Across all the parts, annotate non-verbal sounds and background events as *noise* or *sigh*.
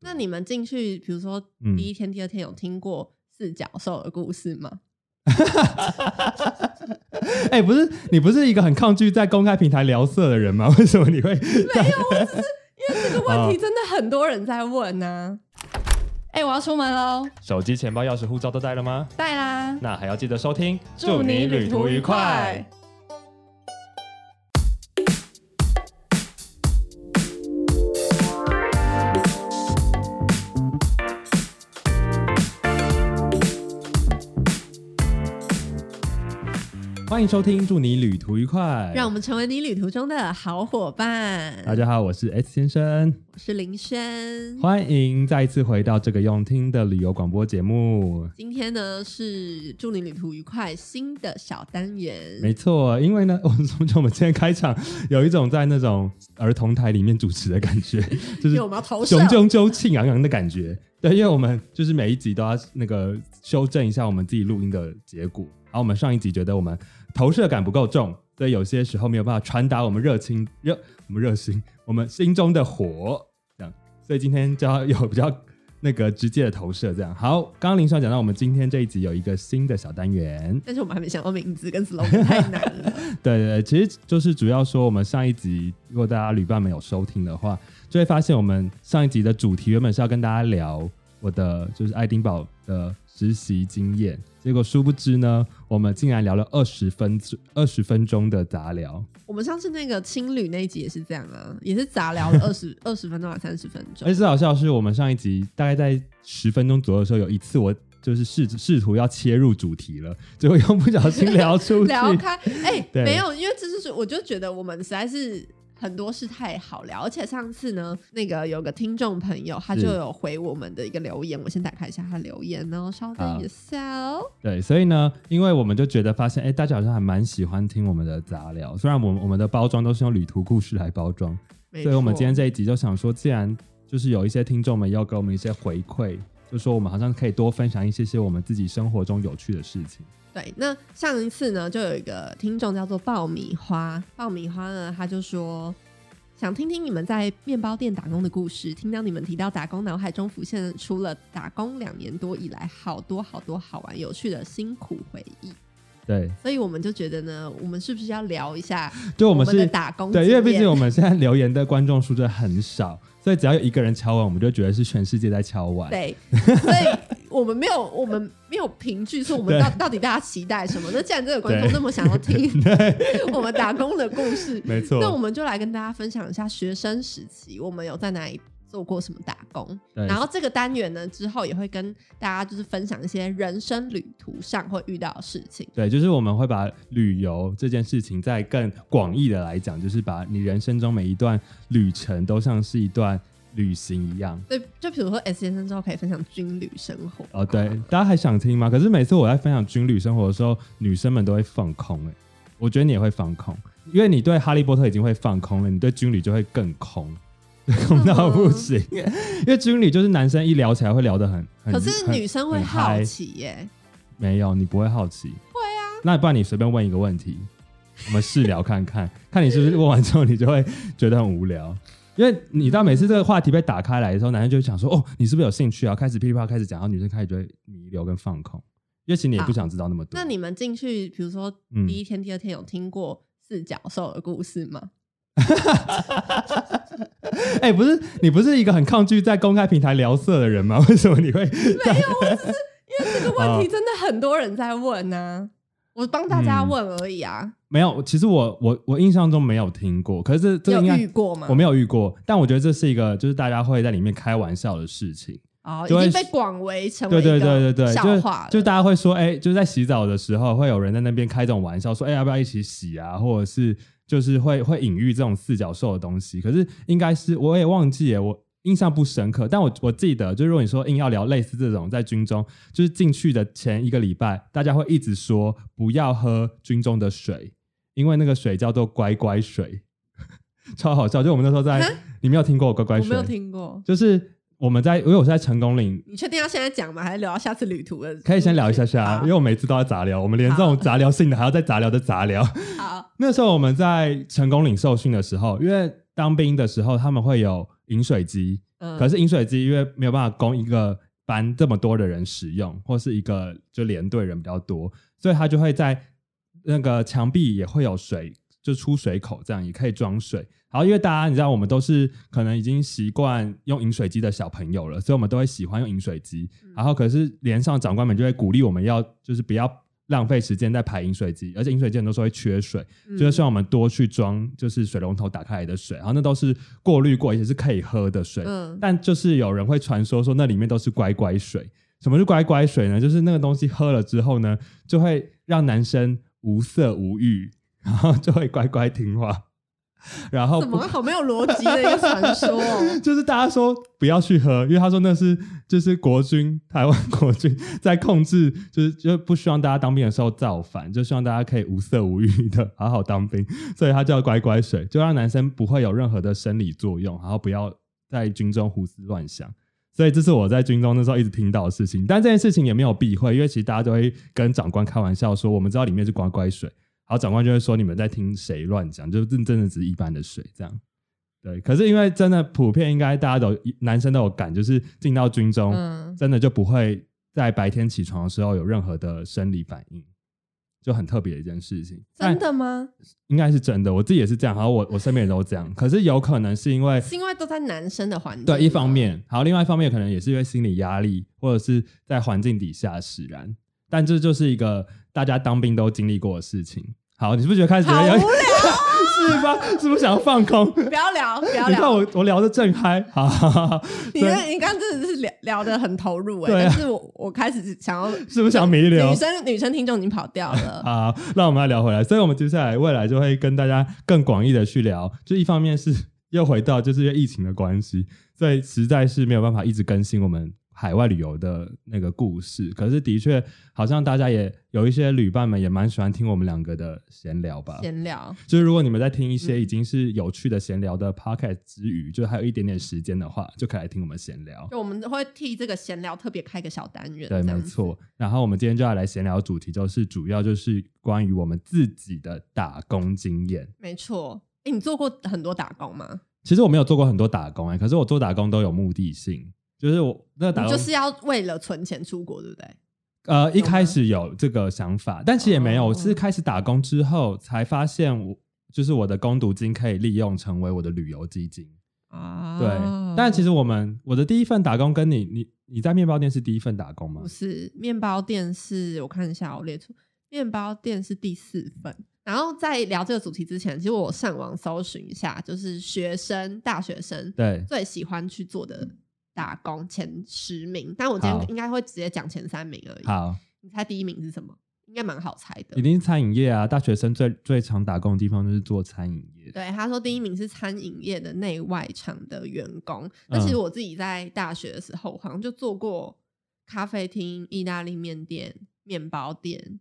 那你们进去，比如说嗯第一天、第二天有听过四角兽的故事吗？ *laughs* 哎、不是你不是一个很抗拒在公开平台聊色的人吗？ *laughs* 为什么你会没有，我只是 *laughs* 因为这个问题真的很多人在问啊呢、哎、我要出门喽，手机、钱包、钥匙、护照都带了吗？带啦！那还要记得收听，祝你旅途愉快。欢迎收听，祝你旅途愉快。让我们成为你旅途中的好伙伴。大家好，我是 S 先生，我是林轩。欢迎再一次回到这个用听的旅游广播节目。今天呢是祝你旅途愉快新的小单元，没错，因为呢， *laughs* 我们从我们今天开场有一种在那种儿童台里面主持的感觉，就因是为我们要投射雄，赳赳气昂昂的感觉。对，因为我们就是每一集都要那个修正一下我们自己录音的结果。然后我们上一集觉得我们投射感不够重，所以有些时候没有办法传达我们热情热我们热心我们心中的火，这样。所以今天就要有比较那个直接的投射，这样。好，刚刚林少讲到我们今天这一集有一个新的小单元，但是我们还没想到名字跟 slogan 太难了。 *laughs* 对对对，其实就是主要说，我们上一集如果大家旅伴们有收听的话，就会发现我们上一集的主题原本是要跟大家聊我的就是爱丁堡的实习经验，结果殊不知呢，我们竟然聊了二十分二十分钟的杂聊，我们上次那个青旅那一集也是这样啊，也是杂聊了二十二十分钟还三十分钟而且。最好笑的是，我们上一集大概在十分钟左右的时候，有一次我。就是试试图要切入主题了，结果又不小心聊出去，聊开，哎、 *laughs* 对没有，因为这就是我就觉得我们实在是很多事太好聊，而且上次呢，那个有个听众朋友他是就有回我们的一个留言，我先打开一下他留言哦，稍等一下哦，对，所以呢，因为我们就觉得发现，哎，大家好像还蛮喜欢听我们的杂聊，虽然我们我们的包装都是用旅途故事来包装，没所以我们错今天这一集就想说，既然就是有一些听众们要给我们一些回馈，就说我们好像可以多分享一些些我们自己生活中有趣的事情。对，那上一次呢，就有一个听众叫做爆米花，爆米花呢，他就说想听听你们在面包店打工的故事。听到你们提到打工，脑海中浮现出了打工两年多以来好多好多好玩有趣的辛苦回忆。对，所以我们就觉得呢，我们是不是要聊一下就我们的是打工对，经因为毕验竟我们现在留言的观众数真的很少，所以只要有一个人敲完，我们就觉得是全世界在敲完。对，所以我们没有我们没有凭据说我们 *laughs* 对到到底大家期待什么。那既然这个观众对那么想要听 *laughs* *laughs* 我们打工的故事，没错那我们就来跟大家分享一下学生时期我们有在哪里做过什么打工。对然后这个单元呢，之后也会跟大家就是分享一些人生旅途上会遇到的事情。对，就是我们会把旅游这件事情再更广义的来讲，就是把你人生中每一段旅程都像是一段旅行一样。对，就比如说 S 先生之后可以分享军旅生活。哦，对，大家还想听吗？可是每次我在分享军旅生活的时候，女生们都会放空、欸，我觉得你也会放空，因为你对哈利波特已经会放空了，你对军旅就会更空， *laughs* 空到不行。因为军旅就是男生一聊起来会聊得很，嗯很可是很女生会很好嗨奇耶、没有，你不会好奇。会啊。那不然你随便问一个问题，我们试聊看看， *laughs* 看你是不是问完之后你就会觉得很无聊。因为你知道，每次这个话题被打开来的时候，男生就会想说：“哦，你是不是有兴趣啊？”开始噼里啪啦开始讲，然后女生开始就会弥留跟放空，因为其实你也不想知道那么多。那你们进去，比如说嗯第一天、第二天有听过四角兽的故事 *laughs* 吗？ *laughs* 哎、不是你不是一个很抗拒在公开平台聊色的人吗？ *laughs* 为什么你会？因为这个问题真的很多人在问呢、我帮大家问而已啊。没有，其实我我我印象中没有听过，可是这这你个应有该遇过吗？我没有遇过，但我觉得这是一个就是大家会在里面开玩笑的事情。哦，就已会经被广为成为对一对个对对对，笑就话了。就大家会说，哎、就是在洗澡的时候，会有人在那边开这种玩笑，说，哎、要不要一起洗啊？或者是就是会会隐喻这种四角兽的东西。可是应该是我也忘记了，我印象不深刻，但我我记得，就如果你说硬要聊类似这种在军中，就是进去的前一个礼拜，大家会一直说不要喝军中的水，因为那个水叫做乖乖水， *laughs* 超好笑。就我们那时候在，你没有听过乖乖我水？没有听过。就是我们在，因为我是在成功岭你确定要现在讲吗？还是聊到下次旅途的？可以先聊一下下，好因为我每次都要杂聊，我们连这种杂聊性的还要再杂聊的杂聊。好，那时候我们在成功岭受训的时候，因为当兵的时候他们会有饮水机，嗯可是饮水机因为没有办法供一个班这么多的人使用，或是一个就连队人比较多，所以它就会在那个墙壁也会有水，就出水口这样也可以装水。然后因为大家你知道，我们都是可能已经习惯用饮水机的小朋友了，所以我们都会喜欢用饮水机。然后可是连上长官们就会鼓励我们要，就是不要浪费时间在排饮水机，而且饮水机很多时候会缺水，嗯就是希望我们多去装，就是水龙头打开来的水，然后那都是过滤过，而且是可以喝的水。嗯但就是有人会传说说那里面都是乖乖水。什么是乖乖水呢？就是那个东西喝了之后呢，就会让男生无色无欲，然后就会乖乖听话。然后怎不么好没有逻辑的一个传 *laughs* 说哦？就是大家说不要去喝，因为他说那是就是国军台湾国军在控制，就是就不希望大家当兵的时候造反，就希望大家可以无色无欲的好好当兵，所以他叫乖乖水，就让男生不会有任何的生理作用，然后不要在军中胡思乱想。所以这是我在军中那时候一直听到的事情，但这件事情也没有避讳，因为其实大家都会跟长官开玩笑说，我们知道里面是乖乖水，然后长官就会说你们在听谁乱讲，就是真真的只是一般的水这样。对，可是因为真的普遍应该大家都有男生都有感，就是进到军中，嗯真的就不会在白天起床的时候有任何的生理反应，就很特别的一件事情。真但的吗？应该是真的，我自己也是这样，然后我我身边人都这样。可是有可能是因为是因为都在男生的环境吗，对一方面，好，另外一方面可能也是因为心理压力，或者是在环境底下使然。但这就是一个大家当兵都经历过的事情。好，你是不是觉得开始觉好得无有聊点 *laughs* 是吧？是不是想要放空？不要聊，不要你看聊。我我聊的正嗨， *laughs* 好好好好，你对那你刚刚真的是聊聊的很投入哎、对啊但是我我开始想 *laughs* 要是不是想弥留女？生女生听众已经跑掉 *laughs* 了，好，那我们要聊回来，所以我们接下来未来就会跟大家更广义的去聊，就一方面是又回到就是因为疫情的关系，所以实在是没有办法一直更新我们海外旅游的那个故事。可是的确，好像大家也有一些旅伴们也蛮喜欢听我们两个的闲聊吧。闲聊。就是如果你们在听一些已经是有趣的闲聊的 podcast 之余，就还有一点点时间的话，就可以来听我们闲聊。就我们会替这个闲聊特别开个小单元，对，这样没子。错。然后我们今天就要来闲聊，主题就是主要就是关于我们自己的打工经验。没错。哎，你做过很多打工吗？其实我没有做过很多打工哎、可是我做打工都有目的性，就是我那个打你工就是要为了存钱出国，对不对？呃一有吗开始有这个想法，但其实也没有，哦是开始打工之后才发现我就是我的工读金可以利用成为我的旅游基金。啊对，但其实实我们我的第一份打工跟你你你在面包店是第一份打工吗不？是面包店是，我看一下，我列出面包店是第四份。然后在聊这个主题之前，其实我上网搜寻一下，就是学生、大学生对，最喜欢去做的打工前十名。但我今好天应该会直接讲前三名而已。，好，你猜第一名是什么？应该蛮好猜的一。定是餐饮业啊，大学生最最常打工的地方就是做餐饮业。对，他说第一名是餐饮业的内外场的员工。那嗯其实我自己在大学的时候，我好像就做过咖啡厅、意大利面店、面包店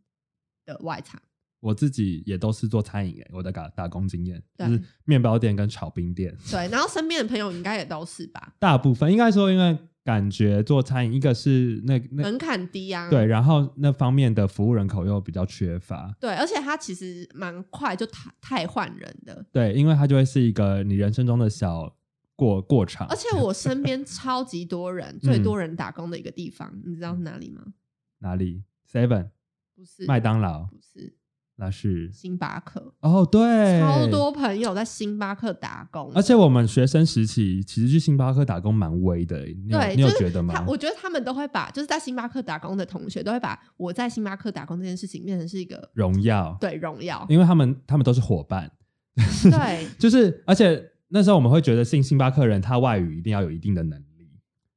的外场。我自己也都是做餐饮、欸，我的打打工经验就对是面包店跟炒冰店，对，然后身边的朋友应该也都是吧，大部分应该说，因为感觉做餐饮，一个是那那门槛低啊。对，然后那方面的服务人口又比较缺乏，对，而且他其实蛮快就太太换人的，对，因为它就会是一个你人生中的小过过场而，且 *laughs* 我身边超级多人，最嗯多人打工的一个地方，你知道是哪里吗？哪里 Seven 不是嗯麦，当劳不是那是星巴克，哦，对，超多朋友在星巴克打工，而且我们学生时期其实去星巴克打工蛮威的欸，你有对，你有就是觉得吗他？我觉得他们都会把就是在星巴克打工的同学，都会把我在星巴克打工这件事情变成是一个荣耀，对荣耀，因为他们他们都是伙伴， *laughs* 对。就是而且那时候我们会觉得星星巴克人他外语一定要有一定的能力，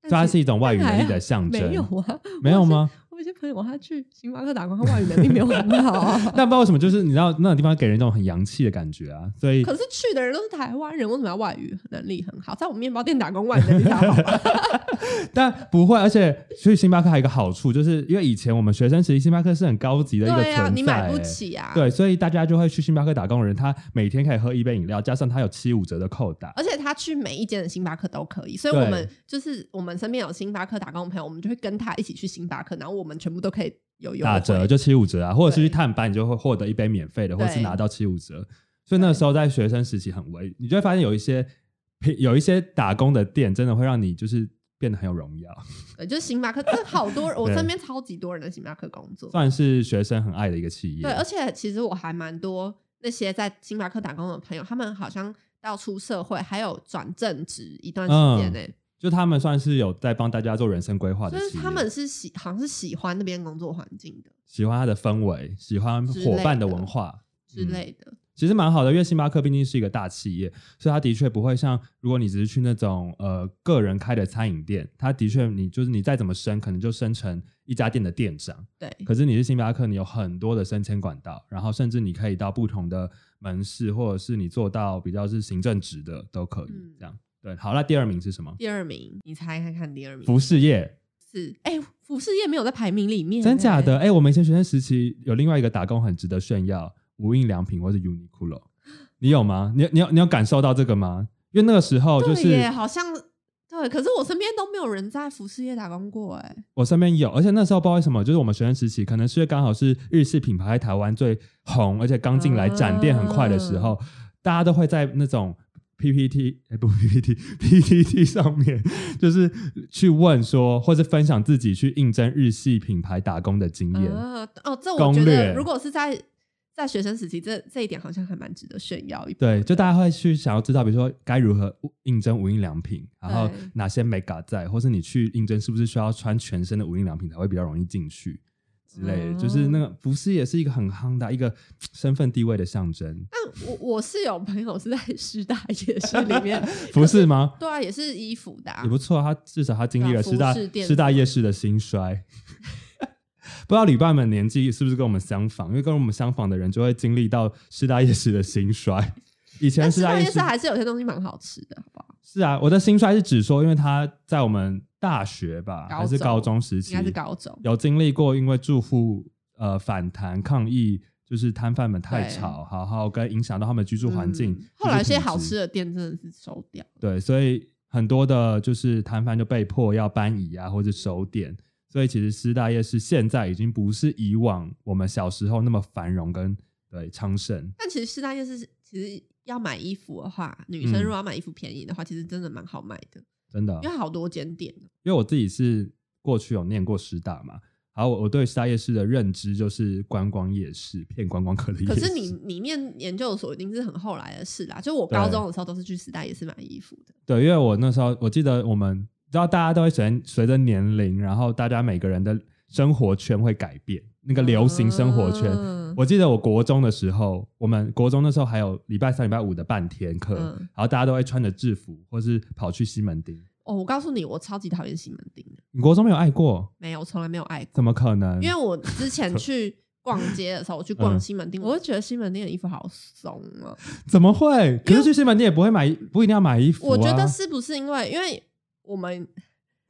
所以它但是一种外语但能力还的象征。没有啊，没有吗？我有些朋友他去星巴克打工，他外语能力没有很好 *laughs* 啊。但不知道为什么，就是你知道那种地方给人一种很洋气的感觉啊，所以可是去的人都是台湾人，为什么要外语能力很好？在我们面包店打工，外语能力才好吧？ *laughs* 但不会，而且去星巴克还有一个好处，就是因为以前我们学生时期星巴克是很高级的一个存在、对啊，你买不欸起啊。对，，所以大家就会去星巴克打工的人，他每天可以喝一杯饮料，加上他有七五折的扣打，而且他去每一间的星巴克都可以，所以对我们就是我们身边有星巴克打工的朋友，我们就会跟他一起去星巴克，然后我们全部都可以有优惠打折就七五折啊，或者是去对探班，你就会获得一杯免费的，或对者是拿到七五折。所以那对时候在学生时期很微，你就会发现有一些平有一些打工的店，真的会让你就是变得很有荣耀，对，就是星巴克，真的好 *laughs* 多人，我对身边超级多人在星巴克工作。算是学生很爱的一个企业。对，而且其实我还蛮多那些在星巴克打工的朋友，他们好像到出社会，还有转正职一段时间嗯呢、就他们算是有在帮大家做人生规划的就企是业，他们是喜，好像是喜欢那边工作环境的喜欢它的氛围，喜欢之类伙伴的的文化之嗯类的。其实蛮好的，因为星巴克毕竟是一个大企业，所以它的确不会像如果你只是去那种呃个人开的餐饮店，它的确你就是你再怎么升，可能就升成一家店的店长。对，可是你是星巴克，你有很多的升迁管道，然后甚至你可以到不同的门市，或者是你做到比较是行政职的都可以。嗯这样对，好，那第二名是什么？第二名，你猜看看第二名服饰业，是？哎、服饰业没有在排名里面、欸真假的？？哎、我们以前学生时期有另外一个打工很值得炫耀，无印良品或是 Uniqlo，你有吗？你有你有你有感受到这个吗？因为那个时候哦就对是耶，好像对，可是我身边都没有人在服饰业打工过哎、我身边有，而且那时候不知道为什么，就是我们学生时期，可能是因为刚好是日系品牌在台湾最红，而且刚进来展店很快的时候，嗯大家都会在那种 PPT 哎、不 *laughs* PPT PPT 上面， *laughs* 就是去问说，或是分享自己去应征日系品牌打工的经验。啊，哦，这我攻觉略得如果是在在学生时期，这这一点好像还蛮值得炫耀一波对，的就大家会去想要知道，比如说该如何应征无印良品，然后对哪些 mega 在，或是你去应征是不是需要穿全身的无印良品才会比较容易进去之类嗯的。就是那个服饰也是一个很夯的一个身份地位的象征，，但我我是有朋友是在师大夜市里面 *laughs* 服饰吗？对啊，也是衣服的、啊啊也，不错，他至少他经历了师大服饰店师大夜市的兴衰。 *laughs* 不知道旅伴们年纪是不是跟我们相仿？因为跟我们相仿的人就会经历到师大夜市的兴衰。以前但师师大大夜夜市市还是有些东西蛮好吃的，好不好？是啊，我的兴衰是指说，因为他在我们大学吧，高中还是高中时期，应该是高中，有经历过，因为住户呃反弹抗议，就是摊贩们太对吵，好好跟影响到他们居住环境。嗯后来一居些住品质好吃的店真的是收掉，对，所以很多的就是摊贩就被迫要搬移啊，或者收店。所以其实师大夜市现在已经不是以往我们小时候那么繁荣跟对昌盛。但其实师大夜市是其实要买衣服的话，女生嗯哦如果要买衣服便宜的话，其实真的蛮好卖的，真的，因为好多间店 *laughs* 哦。因为我自己是过去有念过师大嘛，然后我我对师大夜市的认知就是观光夜市，骗观光客的夜可市。是你你念研究所一定是很后来的事啦，就我高对中的时候都是去师大夜市买衣服的，对，因为我那时候我记得我们知道大家都会随随着年龄，然后大家每个人的生活圈会改变，那个流行生活圈。嗯我记得我国中的时候，我们国中那时候还有礼拜三、礼拜五的半天课，嗯然后大家都会穿着制服，或是跑去西门町。哦，我告诉你，我超级讨厌西门町的，你国中没有爱过？没有，我从来没有爱过。怎么可能？因为我之 *laughs* 前去逛街的时候，我去嗯逛西门町，我就觉得西门町的衣服好松啊。怎么会？可是去西门町也不会买，不一定要买衣服、啊。我觉得是不是因为因为我们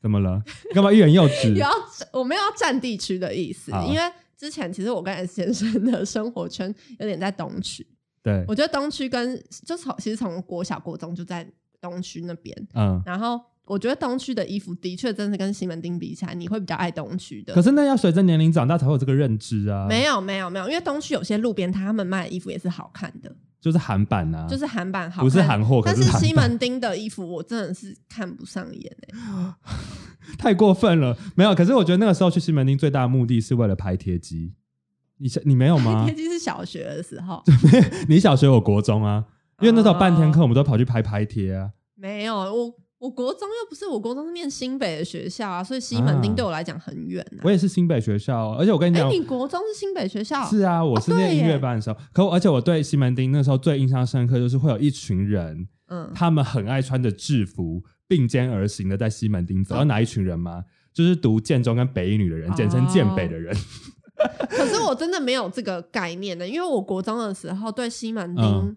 怎么了？干嘛欲言又止也？要我们要占地区的意思嗯好，因为之前其实我跟 S 先生的生活圈有点在东区，对，我觉得东区跟就从其实从国小国中就在东区那边，嗯。然后我觉得东区的衣服的确真是跟西门町比起来，你会比较爱东区的可。是那要随着年龄长大才会有这个认知啊。没有，有没有没有，因为东区有些路边摊他们卖的衣服也是好看的，就是韩版啊，就是韩版好看，不是韩货，可但是是韩版西门町的衣服我真的是看不上眼哎、 *laughs* 太过分了。没有，可是我觉得那个时候去西门町最大的目的是为了拍贴机。你你没有哦吗 *laughs* 欸。？毕竟是小学的时候，你小学我国中啊，因为那时候半天课我们都跑去拍拍贴啊。没有我，我国中又不是我国中是念新北的学校啊，所以西门町啊对我来讲很远、啊。我也是新北学校，啊而且我跟你哎、讲，你国中是新北学校？是啊，我是念对音乐耶班的时候，可我而且我对西门町那时候最印象深刻就是会有一群人，嗯，他们很爱穿着制服并肩而行的在西门町嗯走，知道哪一群人吗？就是读建中跟北一女的人，哦简称建北的人。可是我真的没有这个概念呢，因为我国中的时候对西门町、嗯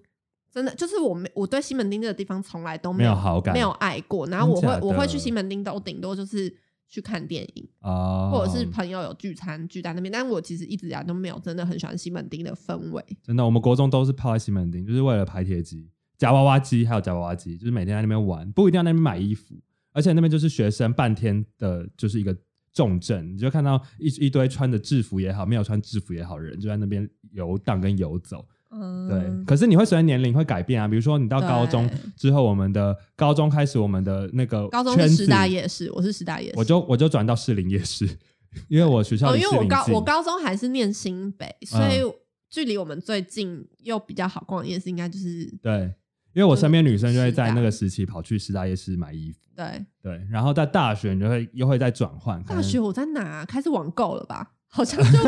真的就是我没我对西门町这个地方从来都没有有好感没有爱过。然后我真会假的我会去西门町都顶多就是去看电影，哦，或者是朋友有聚餐聚在那边，但我其实一直以来都没有真的很喜欢西门町的氛围。真的，我们国中都是泡在西门町，就是为了排铁机、夹娃娃机，还有夹娃娃机，就是每天在那边玩，不一定要在那边买衣服，而且那边就是学生半天的，就是一个重镇，你就看到一一堆穿着制服也好，没有穿制服也好的人，就在那边游荡跟游走，嗯，对，可是你会随着年龄会改变啊，比如说你到高中对之后，我们的高中开始，我们的那个高中圈是子师，大夜市，我是师大夜市，我就我就转到士林夜市， *laughs* 因为我学校哦，离因为士我林嗯高近我高中还是念新北，所以距离我们最近又比较好逛的夜市，应该就是对，因为我身边女生就会师在大那个时期跑去师大夜市买衣服，对。对，然后在大学你就会又会再转换，可大能学我在哪啊、开始网购了吧？好像 *laughs* 就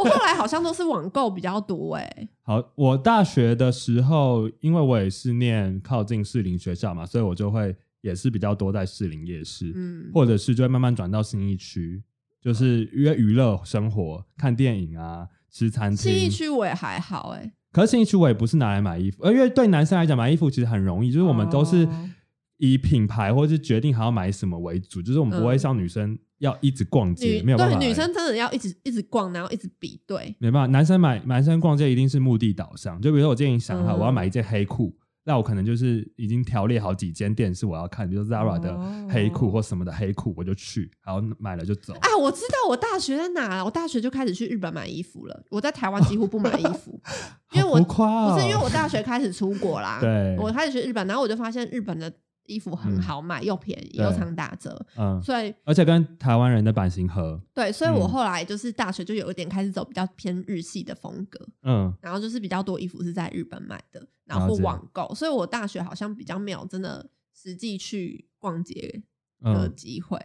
我后来好像都是网购比较多哎、好，我大学的时候，因为我也是念靠近士林学校嘛，所以我就会也是比较多在士林夜市，嗯，或者是就会慢慢转到新一区，就是约娱乐生活、看电影啊、吃餐厅。信义，区我也还好哎、可是新一区我也不是拿来买衣服，呃因为对男生来讲买衣服其实很容易，就是我们都是哦以品牌或是决定还要买什么为主，就是我们不会像女生要一直逛嗯街，女没有办法欸对来。女生真的要一直一直逛，然后一直比对，没办法，男生买男生逛街一定是目的导向。就比如说我今天想好嗯我要买一件黑裤，那我可能就是已经条列好几间店是我要看，比如说 Zara 的黑裤哦或什么的黑裤，我就去，然后买了就走。啊，我知道我大学在哪啊了，我大学就开始去日本买衣服了。我在台湾几乎不买衣服，因为我好浮夸 *laughs* 哦，不是因为我大学开始出国啦对我开始去日本，然后我就发现日本的衣服很好买，又便宜嗯对又常打折，嗯，所以而且跟台湾人的版型合，对，所以我嗯后来就是大学就有一点开始走比较偏日系的风格，嗯，然后就是比较多衣服是在日本买的，然后了或解网购，所以我大学好像比较没有真的实际去逛街的嗯，机会。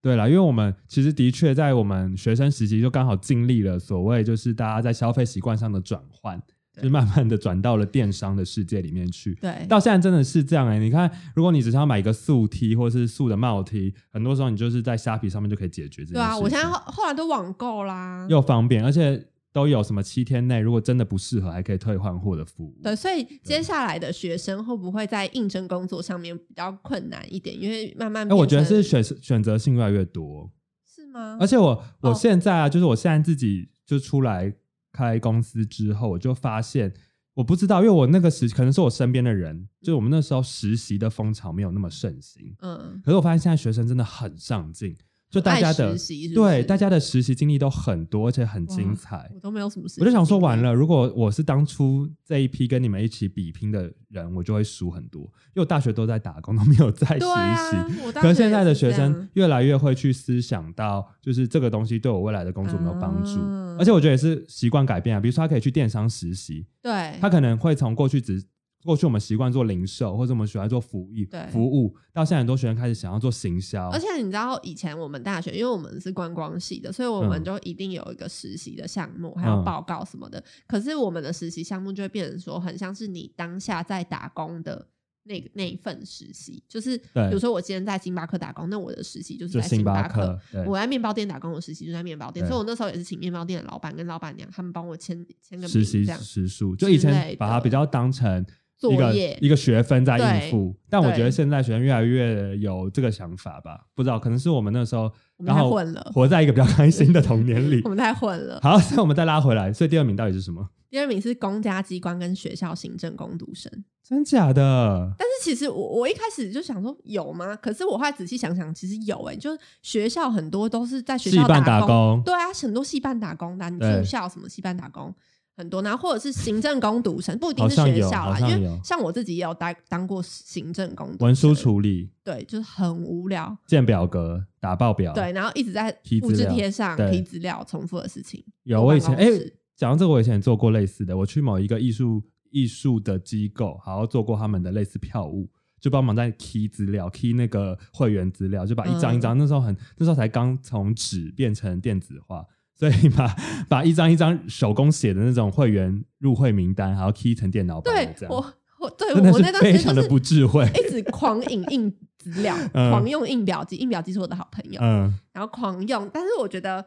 对了，因为我们其实的确在我们学生时期就刚好经历了所谓就是大家在消费习惯上的转换，对就慢慢的转到了电商的世界里面去。对，到现在真的是这样哎、你看，如果你只想要买一个素 T 或是素的帽 T，很多时候你就是在虾皮上面就可以解决这件事情。对啊，我现在后后来都网购啦，又方便，而且都有什么七天内，如果真的不适合，还可以退换货的服务。对，所以接下来的学生会不会在应征工作上面比较困难一点？因为慢慢哎、变成，我觉得是选选择性越来越多，是吗？而且我我哦现在啊，就是我现在自己就出来开公司之后，我就发现。我不知道，因为我那个时可能是我身边的人，就是我们那时候实习的风潮没有那么盛行。嗯，可是我发现现在学生真的很上进，就大家爱实的习是不对，是大家的实习经历都很多，而且很精彩。我都没有什么事，我就想说，完，了，如果我是当初这一批跟你们一起比拼的人，我就会输很多，因为我大学都在打工，都没有在实习。对啊，我大可是学现在也的是学这样生越来越会去思想到，就是这个东西对我未来的工作有没有帮助，啊而且我觉得也是习惯改变啊。比如说，他可以去电商实习，对，他可能会从过去只过去我们习惯做零售，或者我们喜欢做服务对服务，到现在很多学生开始想要做行销，而且你知道以前我们大学，因为我们是观光系的，所以我们就一定有一个实习的项目，还有嗯报告什么的。可是我们的实习项目就会变成说，很像是你当下在打工的。那个那一份实习，就是对比如说我今天在星巴克打工，那我的实习就是就在星巴克，对我在面包店打工，我实习就在面包店，对所以我那时候也是请面包店的老板跟老板娘他们帮我签签个名，实习这样时数，就之以前类把它的比较当成一作个业一个学分在应对付，但我觉得对现在学生越来越有这个想法吧，不知道可能是我们那时候我们然太后混了活在一个比较开心的童年里 *laughs* 我。们太混了。好，所以我们再拉回来，所以第二名到底是什么？第二名是公家机关跟学校行政工读生，真假的？但是其实我我一开始就想说有吗？可是我后来仔细想想，其实有哎、就是学校很多都是在学校戏办打打工对啊，很多系办打工的啊、你对住校什么系办打工很多，然后或者是行政工读生，不一定好是像学有校好啦，像因为有像我自己也有当当过行政工读生文书，处理、对，就是很无聊，建表格、打报表，对，，然后一直在批复资制料贴上对批资料重复的事情，有坐我以办前公哎室，讲到这个，我以前也做过类似的，我去某一个艺术艺术的机构，然后做过他们的类似票务，就帮忙在 key 资料，key 那个会员资料，就把一张一嗯张，那时候很那时候才刚从纸变成电子化。所以把把一张一张手工写的那种会员入会名单，然后 key 成电脑版对的这样，我我对真的我是那段时非间常就的是不智慧。一直狂影印资料， *laughs* 嗯狂用印表机，印表机是我的好朋友，嗯，然后狂用。但是我觉得，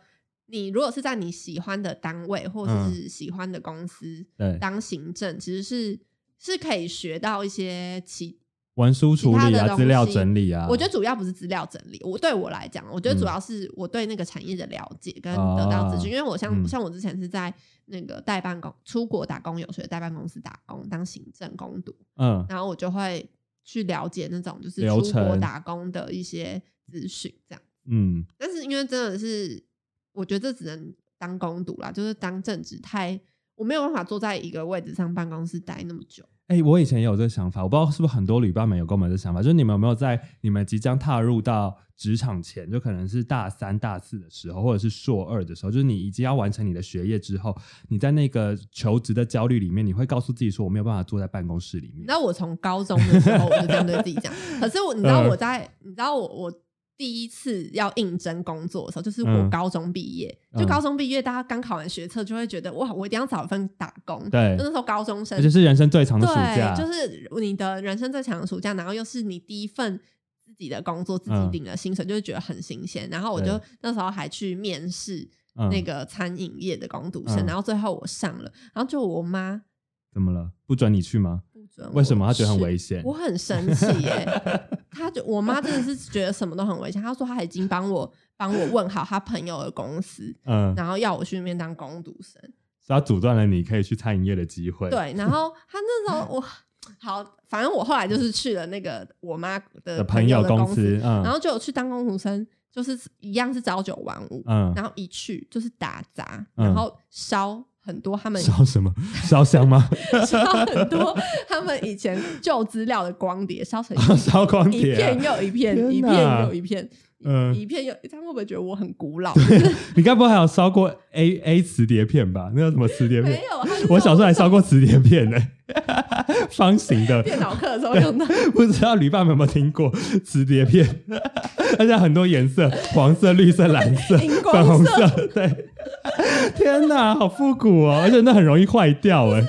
你如果是在你喜欢的单位或者是喜欢的公司、嗯对，当行政，其实是是可以学到一些其。文书处其他理的啊，东资料西整理啊，嗯我觉得主要不是资料整理，我对我来讲，我觉得主要是我对那个产业的了解跟得到资讯。因啊为我像、嗯像我之前是在那个代办公出国打工游学代办公司打工当行政工读，嗯，然后我就会去了解那种就是流出国程打工的一些资讯，这样。嗯但是因为真的是，我觉得这只能当工读啦，就是当正职太我没有办法坐在一个位置上办公室待那么久。哎、我以前也有这个想法，我不知道是不是很多旅伴们有跟我们有这想法，就是你们有没有在你们即将踏入到职场前，就可能是大三、大四的时候，或者是硕二的时候，就是你已经要完成你的学业之后，你在那个求职的焦虑里面，你会告诉自己说，我没有办法坐在办公室里你面知。道我从高中的时候我就这样对自己讲，可是我你知嗯道我在、你知道我我第一次要应征工作的时候，就是我嗯高中毕业，嗯就高中毕业大家刚考完学测就会觉得哇，我一定要找一份打工。对就那时候高中生而且是人生最长的暑假，对，就是你的人生最长的暑假，然后又是你第一份自己的工作，自己嗯领了薪水，就是觉得很新鲜。然后我就对那时候还去面试嗯那个餐饮业的工读生，嗯然后最后我上了，然后就我妈怎么了？不准你去吗？不准我为什么？他觉得很去危险我。很生气耶、她就我妈真的是觉得什么都很危险，她说她已经帮我帮我问好她朋友的公司，嗯，然后要我去那边当工读生。所以他阻断了你可以去餐饮业的机会。，对，然后他那时候我好，反正我后来就是去了那个我妈的的朋友的公公司，嗯，然后就有去当工读生，就是一样是朝九晚五，嗯，然后一去就是打杂，嗯然后烧很多他们烧什么？烧 *laughs* 香吗？烧很多他们以前旧资料的光碟，烧成烧光一碟啊、片又一片，一天哪片又一片。嗯一片又，他们会不会觉得我很古 *laughs* 老？你该不会还有烧过 A A 磁碟片吧？那叫什么磁碟没片？有，他就是我小时候还烧过磁碟片呢、 *laughs* 方形的，电脑课的时候用到，不知道旅伴们有没有听过磁碟片？而且很多颜色，黄色、绿色、蓝色、荧光粉红色色，对。天哪，好复古哦！而且那很容易坏掉哎、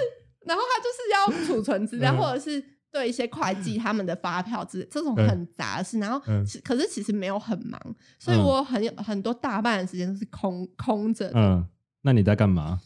然后他就是要储存资料，嗯或者是对一些会计他们的发票之这种嗯很杂的事。然后嗯其，可是其实没有很忙，所以嗯我很有很多大半的时间都是空空着的。嗯，那你在干嘛？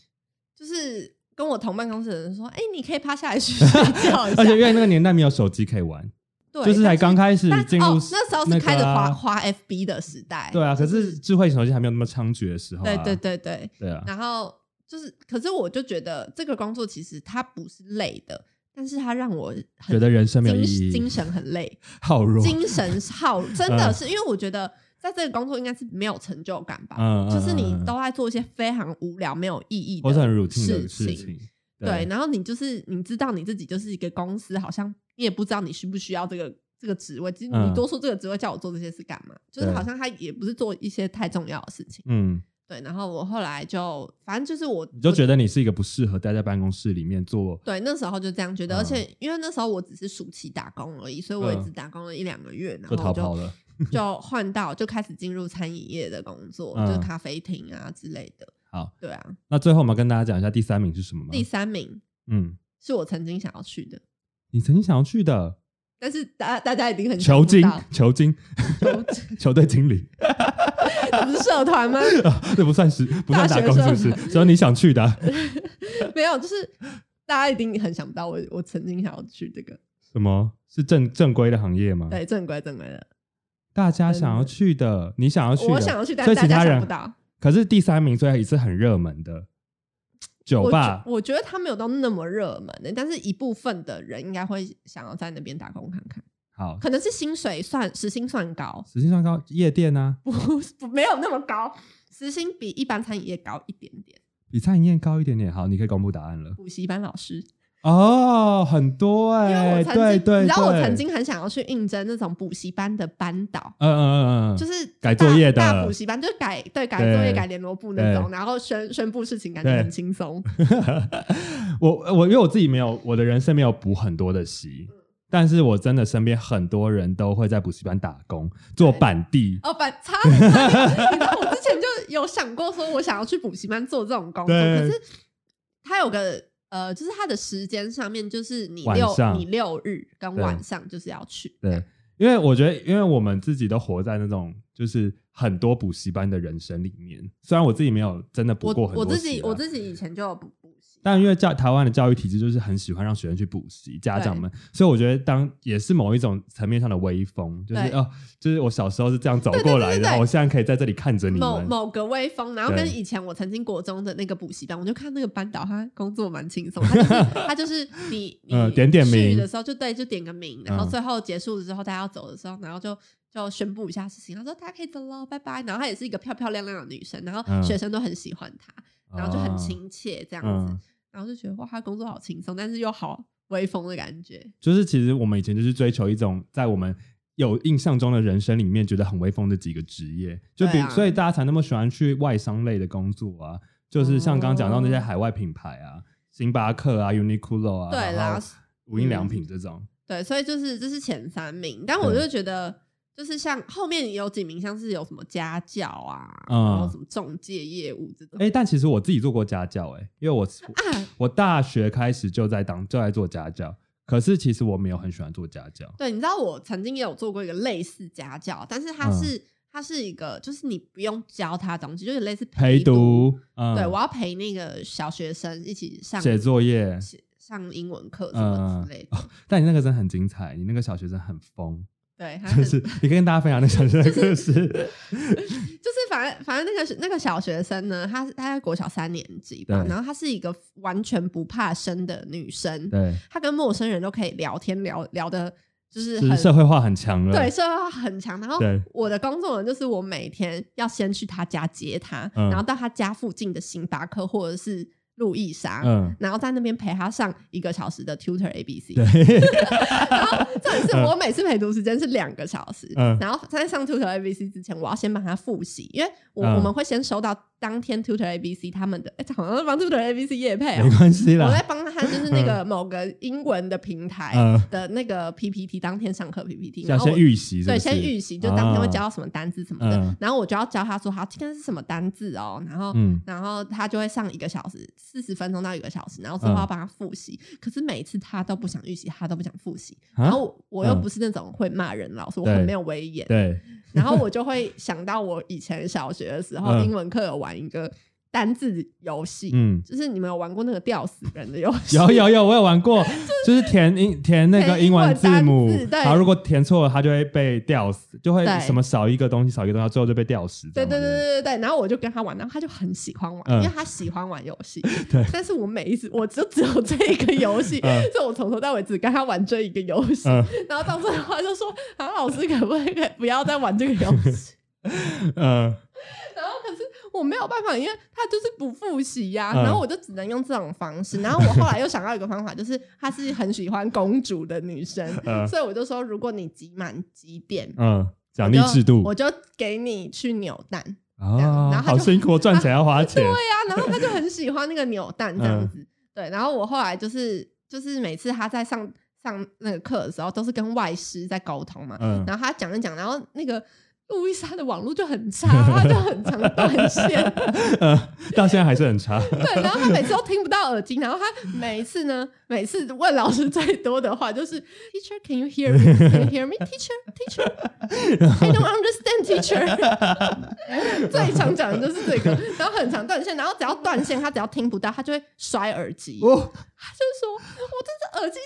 就是跟我同办公室的人说：“哎，你可以趴下来去睡觉一下。 *laughs* 而”且因为那个年代没有手机可以玩，对，就是才刚开始但进哦入，那时候那是个开着啊花花 FB 的时代。对啊，可是智慧型手机还没有那么猖獗的时候、啊。对对对对，对啊，然后就是，可是我就觉得这个工作其实它不是累的，但是它让我很觉得人生没有精意义，精神很累。好弱，嗯精神耗，真的是因为我觉得在这个工作应该是没有成就感吧，嗯嗯就是你嗯嗯都在做一些非常无聊、没有意义或是很的 routine 的情。事情。对，，然后你就是你知道你自己就是一个公司，好像你也不知道你需不需要这个这个职位，其实嗯你多说这个职位叫我做这些事干嘛？就是对好像他也不是做一些太重要的事情。嗯，对，然后我后来就反正就是我你就觉得你是一个不适合待在办公室里面做，对，那时候就这样觉得，嗯而且因为那时候我只是暑期打工而已，所以我也嗯只打工了一两个月，然后就逃我就跑了。就换到就开始进入餐饮业的工作，嗯就是咖啡厅啊之类的。好，对啊，那最后我们要跟大家讲一下第三名是什么吗？第三名嗯，是我曾经想要去的，你曾经想要去的但是大大家一定很想球不经到，球经球经球队经理，哎这不是社团吗？ *laughs* 这不算是不算打工是大不学生是？只有你想去 *laughs* 的啊、没有，就是大家一定很想不到我我曾经想要去这个，什么是正正规的行业吗？对，正规正规的，大家想要去的，你想要去的，我想要去，但所以大其家他想人不到。可是第三名最后一次很热门的酒我吧觉，我觉得他没有到那么热门的、但是一部分的人应该会想要在那边打工看看，好，可能是薪水算时薪算高，实际上高夜店啊，不没有那么高，时薪比一般餐饮业高一点点。比餐饮业高一点点。好，你可以公布答案了。补习班老师，哦，很多因为哎、我对曾对经，对，你知道我曾经很想要去应征那种补习班的班导，嗯，嗯嗯嗯嗯，就是大改作业的大补习班，就是改对改作业、对改联络簿那种，对然后宣宣布事情，感觉对很轻松。 *laughs* 我我因为我自己没有，我的人生没有补很多的习，但是我真的身边很多人都会在补习班打工，做板 *laughs* 地。哦，反差点， *laughs* 你知道我之前就有想过说，我想要去补习班做这种工作，对可是它有个呃，就是它的时间上面，就是你晚六上你六日跟对晚上就是要去，对，因为我觉得，因为我们自己都活在那种就是很多补习班的人生里面，虽然我自己没有真的补我过很多我自习己啊我自己以前就有补补习，但因为教台湾的教育体制就是很喜欢让学生去补习，家长们，所以我觉得当也是某一种层面上的威风，就是对哦，就是我小时候是这样走对对过对来的，对然后我现在可以在这里看着你某们，某个微风，然后对跟以前我曾经国中的那个补习班，我就看那个班导，他工作蛮轻 *laughs* 松，他就是他就是你你嗯点点名去的时候就对就点个名，然后嗯最后结束之后大家要走的时候，然后就就宣布一下事情，他说大家可以走喽，拜拜。然后她也是一个漂漂亮亮的女生，然后嗯学生都很喜欢她，然后就很啊亲切这样子嗯。然后就觉得哇，他工作好轻松，但是又好威风的感觉。就是其实我们以前就是追求一种在我们有印象中的人生里面觉得很威风的几个职业，就比、对啊所以大家才那么喜欢去外商类的工作啊，就是像刚刚讲到那些哦海外品牌啊，星巴克啊、Uniqlo 啊，对嗯然啦后，无印良品这种，对，所以就是这是前三名，但我对就觉得。就是像后面有几名，像是有什么家教啊，嗯然后什么中介业务这种，哎、但其实我自己做过家教、欸，哎，因为我啊，我大学开始就在当就在做家教，可是其实我没有很喜欢做家教，对，你知道我曾经也有做过一个类似家教，但是它嗯是、它是一个，就是你不用教他东西，就是类似陪读。读，嗯，对，我要陪那个小学生一起上写作业，写上英文课什么嗯之类，的。哦但你那个真的很精彩，你那个小学生很疯，对，他哦就是你可以跟大家分享那个小学生的故事， *laughs* 就是反正反正那个那个小学生呢，她是她在国小三年级吧，对然后她是一个完全不怕生的女生，对，她跟陌生人都可以聊天聊聊的，就是就是很社会化很强了，对，社会化很强。然后对我的工作呢，就是我每天要先去他家接他，嗯然后到他家附近的星巴克或者是路易莎，嗯，然后在那边陪他上一个小时的 Tutor ABC。对，然后这也是我每次陪读时间是两个小时，嗯然后在上 Tutor ABC 之前，我要先帮他复习，因为我、嗯我们会先收到当天 Tutor ABC 他们的，哎，好像在帮 Tutor ABC 夜配啊没。关系我啦在，帮他，就是那个某个英文的平台嗯的那个 PPT，当天上课 PPT，要然后先我预习是不对，是，先预习，就当天会教啊，到什么单字什么的，嗯然后我就要教他说，好，今天是什么单字哦，然后。嗯，然后他就会上一个小时，四十分钟到一个小时，然后之后嗯要帮他复习。可是每一次他都不想预习，他都不想复习。啊然后我我又嗯不是那种会骂人的老师，我对很没有威严。对，然后我就会想到我以前小学的时候，嗯英文课有玩一个单字游戏，嗯。就是你们有玩过那个吊死人的游戏？有有有，我有玩 *laughs* 过，就是填英填那个填英英文文字单母字，对然后如果填错了，它就会被吊死，就会对什么少一个东西，少一个东西，最后就被吊死。 *laughs* 对对对这样子对对对，然后我就跟他玩，然后他就很喜欢玩，嗯因为他喜欢玩游戏。 *laughs* 对 *laughs* 但是我每一次我就只有这一个游戏，嗯所以我从头到尾只跟他玩这一个游戏。嗯然后到最后他就说：“啊，老师可不可以不要再玩这个游戏 *laughs* 嗯，？”然后可是我没有办法，因为他就是不复习呀、嗯然后我就只能用这种方式。然后我后来又想到一个方法，就是她是很喜欢公主的女生，嗯所以我就说，如果你集满几点。嗯，奖我励就制度我就给你去扭蛋，啊然后他好就辛苦，赚钱要花 *laughs* 钱，对呀、然后他就很喜欢那个扭蛋这样子。对，然后我后来就是就是每次他在上上那个课的时候，都是跟外师在沟通嘛。嗯，然后他讲一讲，然后那个路易莎的网络就很差，他就很常断线。嗯，到现在还是 *laughs* 很差，对，然后他每次都听不到耳机，然后他每一次呢，每次问老师最多的话就是 “Teacher, can you hear me? Can you hear me? Teacher, teacher, I don't understand, teacher。”最 *laughs* 常讲的就是这个，然后很常断线，然后只要断线，他只要听不到，他就会摔耳机。哦，他就说：“我这只耳机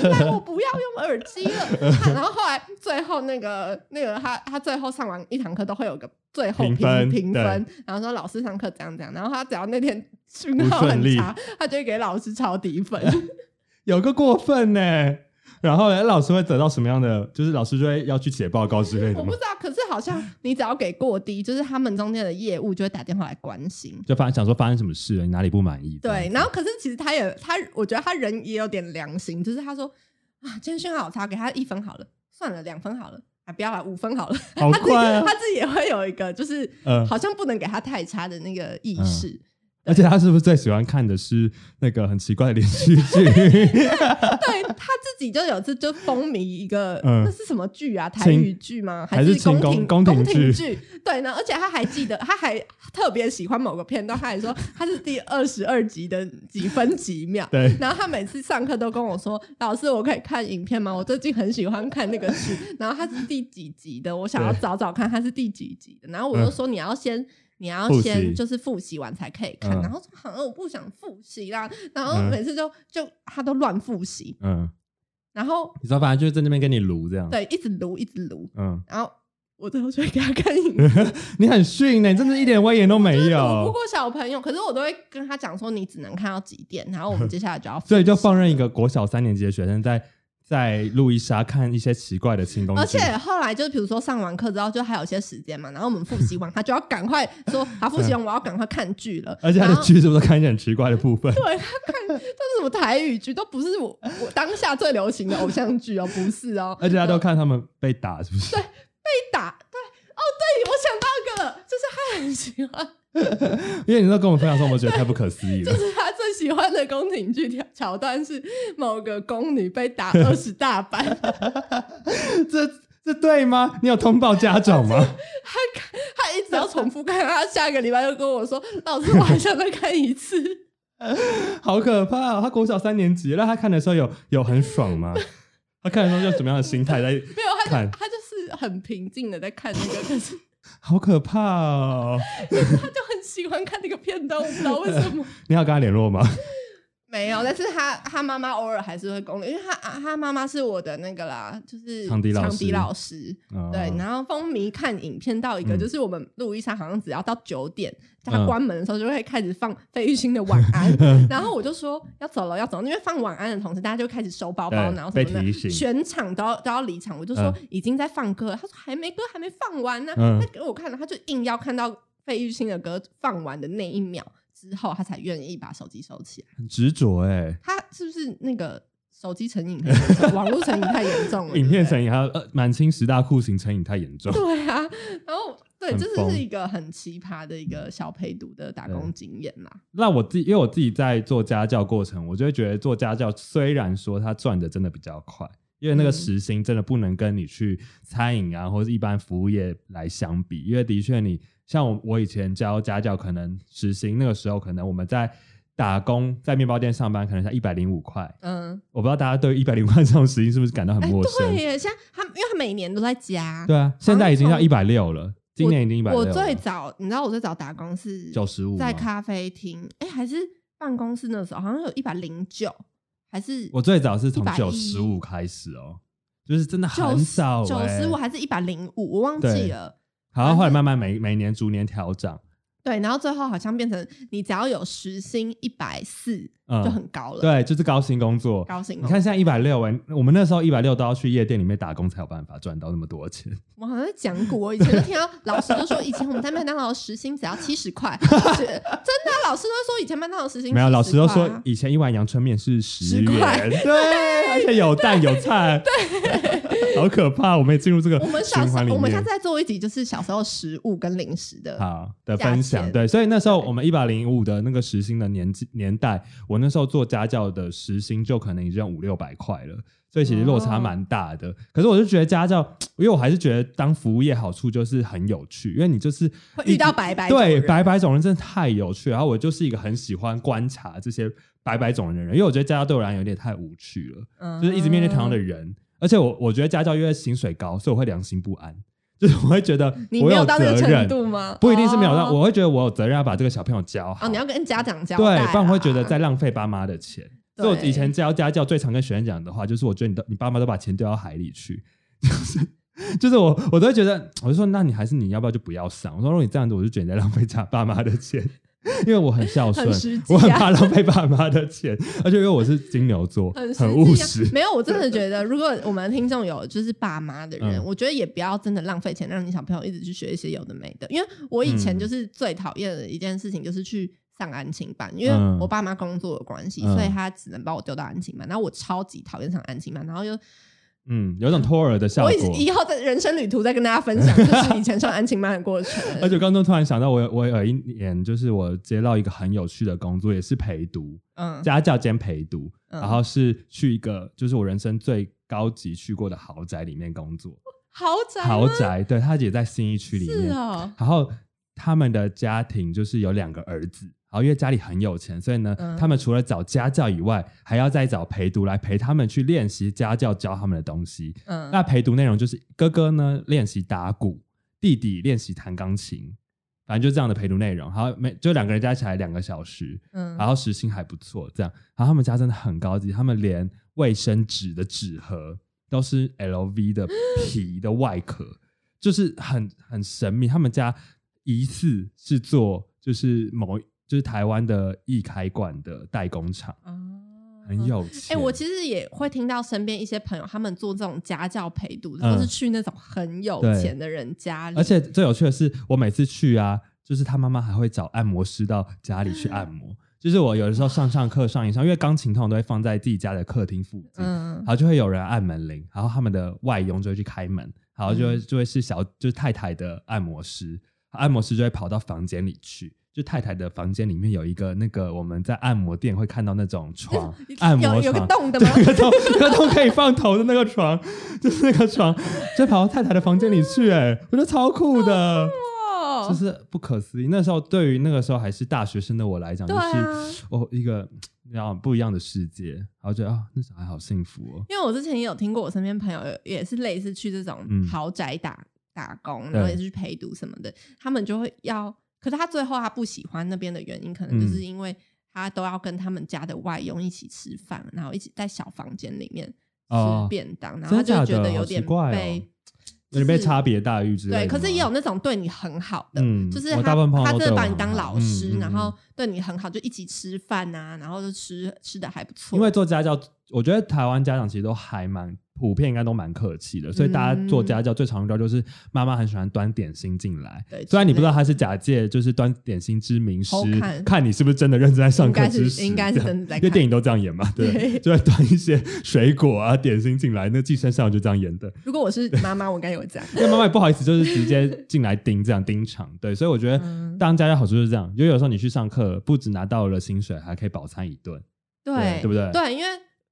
真的很烂，我不要用耳机了。 *laughs* 他”然后后来最后那个那个他他最后上完一堂课都会有个最后评评分评分，然后说老师上课怎样怎样，然后他只要那天讯号不顺很利差，他就会给老师超低 *laughs* 分。有个过分呢。然后呢，老师会得到什么样的？就是老师就会要去写报告之类我的不吗知？道，可是好像你只要给过低，就是他们中间的业务就会打电话来关心。就发想说发生什么事了，你哪里不满意？对，然后可是其实他也他，我觉得他人也有点良心，就是他说啊，今天讯号好差，给他一分好了，算了，两分好了，啊，不要了，五分好了。 *laughs* 好快啊他自己他自己也会有一个，就是、嗯好像不能给他太差的那个意识。 *laughs* 而且他是不是最喜欢看的是那个很奇怪的连续剧？ *laughs* 对他自己就有一次就风靡一个，嗯那是什么剧啊？台语剧吗？还是是清宫宫宫廷宫廷剧剧？对，然后而且他还记得，他还特别喜欢某个片段，他还说他是第二十二集的几分几秒。对，然后他每次上课都跟我说：“老师，我可以看影片吗？我最近很喜欢看那个剧。”然后他是第几集的？我想要对嗯找找看他是第几集的。然后我就说：“你要先，你要复习先就是复习完才可以看。嗯然后说：“好像我不想复习啦。”然后嗯每次就就他都乱复习，嗯，然后你知道，反正就是在那边跟你撸这样。，对一直撸一直撸，嗯， *laughs* 然后我最后就会给他看影片。你很逊欸呢、你真的一点威严都 *laughs* 没我不有过，小朋友，可是我都会跟他讲说：“你只能看到几点，然后我们接下来就要复习所以就放任一个国小三年级的学生在在路易莎看一些奇怪的清宫剧，而且后来就是比如说上完课之后，就还有一些时间嘛，然后我们复习完，他就要赶快说，好，复习完我要赶快看剧了。啊而且他然的后剧是不是都看一些很奇怪的 *laughs* 部分？对他看，这是什么台语剧，都不是我我当下最流行的偶像剧哦，不是哦，而且他都看他们被打，是不是？被打对哦，对我想到一个了，就是他很喜欢，因为你都跟我分享说，我觉得太不可思议了 *laughs* 就。是他最喜欢的宫廷剧桥桥段是某个宫女被打二十大板，这这对吗？你有通报家长吗？他看他一直要重复看，他下个礼拜就跟我说，老师我还想再看一次，好可怕、哦！他国小三年级，那他看的时候有有很 *laughs* 爽吗？他看的时候用什么样的心态在？ *laughs* 没有，他看就他就是很平静的在看那个，可是好可怕哦！他就很喜欢看那个片段，我不知道为什么。你要跟他联络吗？ *laughs* 没有，但是他他妈妈偶尔还是会攻略，因为他啊他妈妈是我的那个啦，就是长笛老师哦老师对，然后风靡看影片到一个，嗯就是我们录一场好像只要到九点，嗯他关门的时候就会开始放费玉清的《晚安》， *laughs* 然后我就说要走了要走了，因为放《晚安》的同时，大家就开始收包包，对然后什么被提的，醒全场都要都要离场，我就说已经在放歌了，他说还没歌还没放完呢、嗯他给我看了，他就硬要看到费玉清的歌放完的那一秒之后，他才愿意把手机收起来。很执着哎，他是不是那个手机成瘾太严 *laughs* 重，网络成瘾太严重了？影片成瘾。瘾还有呃满清十大酷刑成瘾 *laughs* 太严重。对啊，然后对，很这疯是一个很奇葩的一个小陪读的打工经验啦。那我自己，因为我自己在做家教过程，我就会觉得做家教虽然说他赚的真的比较快，因为那个嗯时薪真的不能跟你去餐饮啊或者一般服务业来相比，因为的确你像我我以前教家教，可能时薪那个时候可能我们在打工在面包店上班，可能才一百零五块，嗯，我不知道大家对一百零五块这种时薪是不是感到很哎，陌生？对耶，像他，因为他每年都在加。对啊，现在已经好到像从一百六了，今年已经一百六我了，最早，你知道我最早打工是九十五在。咖啡厅，哎，还是办公室那时候，好像有一百零九，还是我最早是从110九十五开始哦，就是真的九很少、欸，九十五还是一百零五，我忘记对了。好，后来慢慢每每年逐年调涨，对，然后最后好像变成你只要有时薪一百四嗯就很高了。对，就是高薪工作。高薪哦你工看现在一百六，我们那时候一百六都要去夜店里面打工才有办法赚到那么多钱。我好像在讲过，我以前就听到老师就说，以前我们在麦当劳时薪只要七十 *laughs* 块，是真的啊，老师都说以前麦当劳时薪没有， 70老师都说块啊以前一碗阳春面是十10元，块 *laughs* 对，而且有蛋有菜，对， *laughs* 好可怕。我们也进入这个我们小循时环里候，面。我们下次再做一集，就是小时候食物跟零食的。好的价分享，钱对，所以那时候我们一百零五的那个时薪的年纪年代，我那时候做家教的时薪就可能已经五六百块了，所以其实落差蛮大的。可是我就觉得家教，因为我还是觉得当服务业好处就是很有趣，因为你就是会一遇到白白种对人白白种人真的太有趣。然后我就是一个很喜欢观察这些白白种人的人，因为我觉得家教对我来讲有点太无趣了。嗯就是一直面对同样的人。而且我我觉得家教因为薪水高，所以我会良心不安，就是我会觉得你我没有有到那责个程任，度吗？不一定是没有到，哦我会觉得我有责任要把这个小朋友教好。哦，你要跟家长交对代啊，，不然我会觉得在浪费爸妈的钱。所以我对以前教家教最常跟学生讲的话，就是我觉得你都你爸妈都把钱丢到海里去， *laughs* 就是 *laughs* 就是我我都会觉得，我就说那你还是你要不要就不要上？我说如果你这样子，我就觉得你在浪费家爸妈的钱。 *laughs* 因为我很孝顺，很实际啊我很怕浪费爸妈的钱，而且因为我是金牛座，很实很际啊务实，没有，我真的觉得，如果我们听众有就是爸妈的人，嗯我觉得也不要真的浪费钱，让你小朋友一直去学一些有的没的。因为我以前嗯就是最讨厌的一件事情，就是去上安亲班，因为嗯我爸妈工作的关系，嗯所以他只能把我丢到安亲班。然后我超级讨厌上安亲班，然后又嗯，有一种托儿的效我果。以以后的人生旅途再跟大家分 *laughs* 享，就是以前上安亲班的过程。而且刚刚突然想到我有，我有一年就是我接到一个很有趣的工作，也是陪读，嗯，家教兼陪读，嗯然后是去一个就是我人生最高级去过的豪宅里面工作。豪宅吗豪宅，对，他也在新一区里是面。哦，然后他们的家庭就是有两个儿子，然后因为家里很有钱，所以呢，嗯他们除了找家教以外，还要再找陪读来陪他们去练习家教教他们的东西。嗯，那陪读内容就是哥哥呢练习打鼓，弟弟练习弹钢琴，反正就这样的陪读内容。然后每就两个人加起来两个小时，嗯然后时薪还不错，这样。然后他们家真的很高级，他们连卫生纸的纸盒都是 LV 的皮的外壳， *gasps* 就是很很神秘。他们家疑似是做就是某就是台湾的易开罐的代工厂。哦很有哎、钱。我其实也会听到身边一些朋友，他们做这种家教陪读，或是去那种很有对钱的人家里，嗯而且最有趣的是，我每次去啊，就是他妈妈还会找按摩师到家里去按摩。就是我有的时候上上课上一上，因为钢琴通常都会放在自己家的客厅附近，嗯然，后就会有人按门铃，然后他们的外佣就会去开门，然后就会就会是小就是太太的按摩师，按摩师就会跑到房间里去。就太太的房间里面有一个那个我们在按摩店会看到那种床，按摩 *laughs* 有有床 *laughs* 个洞的吗？对，有个洞，有个洞可以放头的那个床，就是那个床，就跑到太太的房间里去、哎，我觉得超酷的，哦 *laughs* 就是不可思议。那时候对于那个时候还是大学生的我来讲，就对啊是哦一个然后不一样的世界，然后觉得啊、那小孩好幸福哦，因为我之前也有听过，我身边朋友也是类似去这种嗯豪宅打、打工，对然后也是去陪读什么的，他们就会要，可是他最后他不喜欢那边的原因，可嗯能就是因为他都要跟他们家的外佣一起吃饭，然后一起在小房间里面哦吃便当，然后他真的就假觉的得有点好奇怪哦被。有点被差别待遇之类对，的可是也有吗那种对你很好的，嗯就是他我大部分朋友他都真的对把我你很当好老嗯师，嗯然嗯后对你很好，就一起吃饭啊，然后就吃吃的还不错。因为做家教，我觉得台湾家长其实都还蛮普遍，应该都蛮客气的，所以大家做家教最常遇到就是妈妈很喜欢端点心进来。对虽然你不知道嗯之类她是假借就是端点心之名师偷，看看你是不是真的认真在上课应该是之实，应该是这样真的在因为看电影都这样演嘛，对，对就会端一些水果啊点心进来，那寄生上流就这样演的。如果我是妈妈，我应该也会这样。因为妈妈也不好意思，就是直接进来盯这样盯场，对，所以我觉得嗯当家教好处就是这样，因为有时候你去上课，不只拿到了薪水，还可以饱餐一顿，对对，对不对对，因为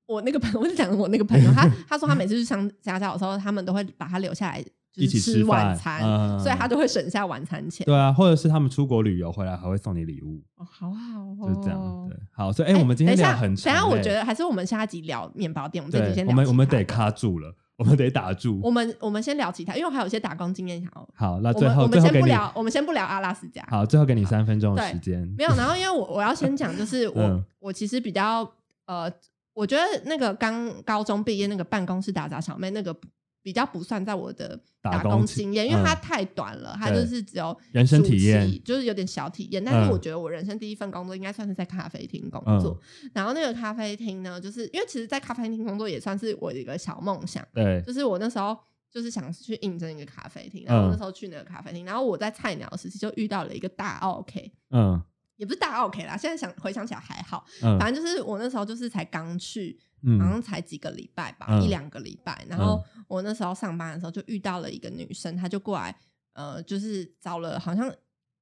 我那个朋友， *laughs* 我就讲我那个朋友， *laughs* 他他说他每次去上家教的时候，他们都会把他留下来，就一起是吃晚饭餐，嗯所以他都会省下晚餐钱。对啊，或者是他们出国旅游回来还会送你礼物，哦，好好哦，就是这样。对，好，所以哎、哎我们今天等一聊下很长、等一下，我哎觉得还是我们下一集聊面包店，我们这集对先，聊我们其我们他得的，卡住了，我们得打我住。们我们先聊其他，因为我还有一些打工经验想要。好，那我啊最们后我最们后先给不你聊，我们先不聊阿拉斯加。好，最后给你三分钟的对时间没。有，然后因为我我要先讲，就是我、嗯我其实比较呃，我觉得那个刚高中毕业那个办公室打杂小妹那个比较不算在我的打打工工经经验，因为它嗯太短了，它对就是只有人生暑体期验就是有点小体验。但是嗯我觉得我人生第一份工作应该算是在咖啡厅工嗯作，然后那个咖啡厅呢，就是因为其实，在咖啡厅工作也算是我的一个小梦想。对，就是我那时候就是想去应征一个咖啡厅，然后嗯那时候去那个咖啡厅，然后我在菜鸟时期就遇到了一个大 OK，嗯也不是大 OK 啦，现在想回想起来还好，嗯反正就是我那时候就是才刚去，好嗯像才几个礼拜吧，嗯一两个礼拜，然后我那时候上班的时候就遇到了一个女生，她就过来，呃，就是找了好像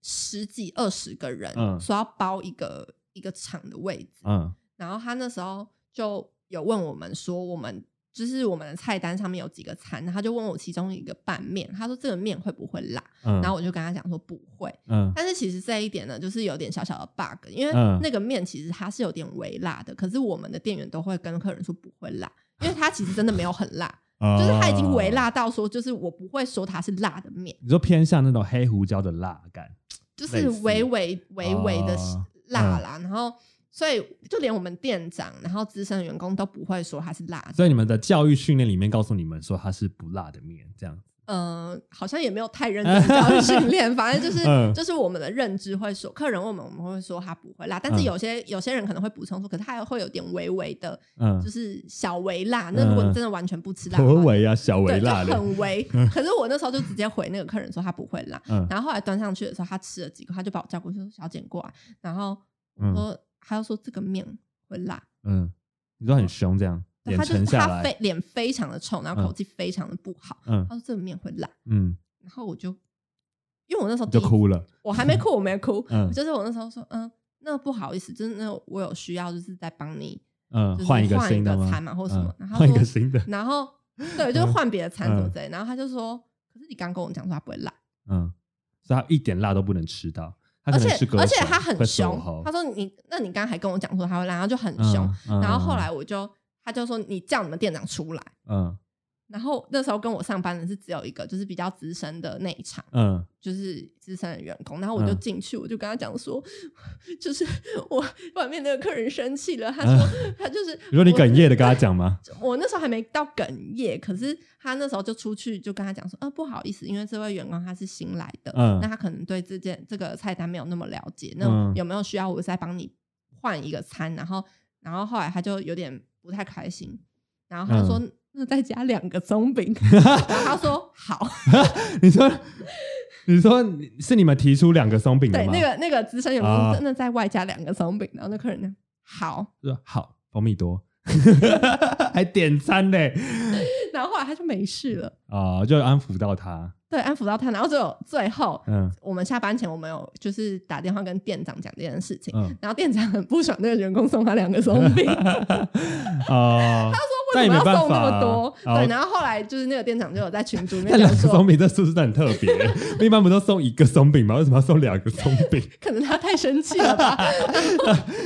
十几二十个人，嗯说要包一个一个场的位置，嗯然后他那时候就有问我们说，我们就是我们的菜单上面有几个餐，然后他就问我其中一个拌面，他说这个面会不会辣，嗯，然后我就跟他讲说不会，嗯但是其实这一点呢，就是有点小小的 bug，因为嗯那个面其实它是有点微辣的，可是我们的店员都会跟客人说不会辣，因为它其实真的没有很 *laughs* 辣，就是它已经微。哦辣到说，就是我不会说它是辣的面，你说偏向那种黑胡椒的辣感，就是类似微微微微的哦辣啦，然后。所以，就连我们店长，然后资深员工都不会说它是辣的，所以你们的教育训练里面告诉你们说它是不辣的面，这样子。嗯、好像也没有太认真教育 *laughs* 训练，反正就是、嗯就是我们的认知会说，客人问我们，我们会说他不会辣，但是嗯有些、有些人可能会补充说，可是他还会有点微微的，嗯就，是小微辣。那如果嗯你真的完全不吃辣的话，微微啊，小微对，就辣的，很 *laughs* 微。可是我那时候就直接回那个客人说他不会辣，嗯然后后来端上去的时候，他吃了几口，他就把我叫过去说小姐你过来，然后我嗯说、他又说这个面会辣，嗯，你说很凶这样，对脸他就是沉下他来非，脸非常的臭，然后口嗯气非常的不好，嗯他说这个面会辣。嗯，然后我就，因为我那时候你第就一，哭了。我还没哭，我没哭，嗯就是我那时候说，嗯，那不好意思，就是那我有需要，就是在帮你，嗯就，是换一个换一新的个吗？餐嘛或什么嗯然后换一个说新的，然后对，就是换别的餐什么嗯之类的，然后他就说，可是你刚跟我讲说他不会辣，嗯，所以他一点辣都不能吃到，他可而且能是歌而且手他很会守凶候，他说你，那你刚才还跟我讲说他会辣，然后就很凶，嗯然后后来我就他就说你叫你们店长出来。嗯然后那时候跟我上班的是只有一个，就是比较资深的内场，嗯就是资深的员工，然后我就嗯进去，我就跟他讲说，就是 *laughs* 我外面那个客人生气了，他说、他就是，嗯 *laughs* 你说你我哽咽的跟他讲吗？ *laughs* *laughs* 我那时候还没到哽咽，可是他那时候就出去就跟他讲说，呃，不好意思，因为这位员工他是新来的，嗯那他可能对这件这个菜单没有那么了解，嗯那有没有需要我再帮你换一个餐，然后然后后来他就有点不太开心，然后他说：“嗯那再加两个松饼。” *laughs* 然后他说：“好。你说，你说你是你们提出两个松”饼的对，吗？那个那个资深员工啊真的再外加两个松饼，然后那客人呢，好，就说好蜂 *laughs* 蜜多，还点餐嘞然后后来他就没事了，啊、就安抚到他。对，安抚到他，然后只有最后。嗯我们下班前，我们有就是打电话跟店长讲这件事情， *laughs* 嗯然后店长很不爽那个员工送他两个 *laughs* 松饼，哦，为什但也么没要办送法那啊么多？哦对，然后后来就是那个店长就有在群组里面但两讲个说松，饼这是不是很特别？一般不都送一个松饼吗？为什么要送两个松饼？ *laughs* 可能他太生气了吧，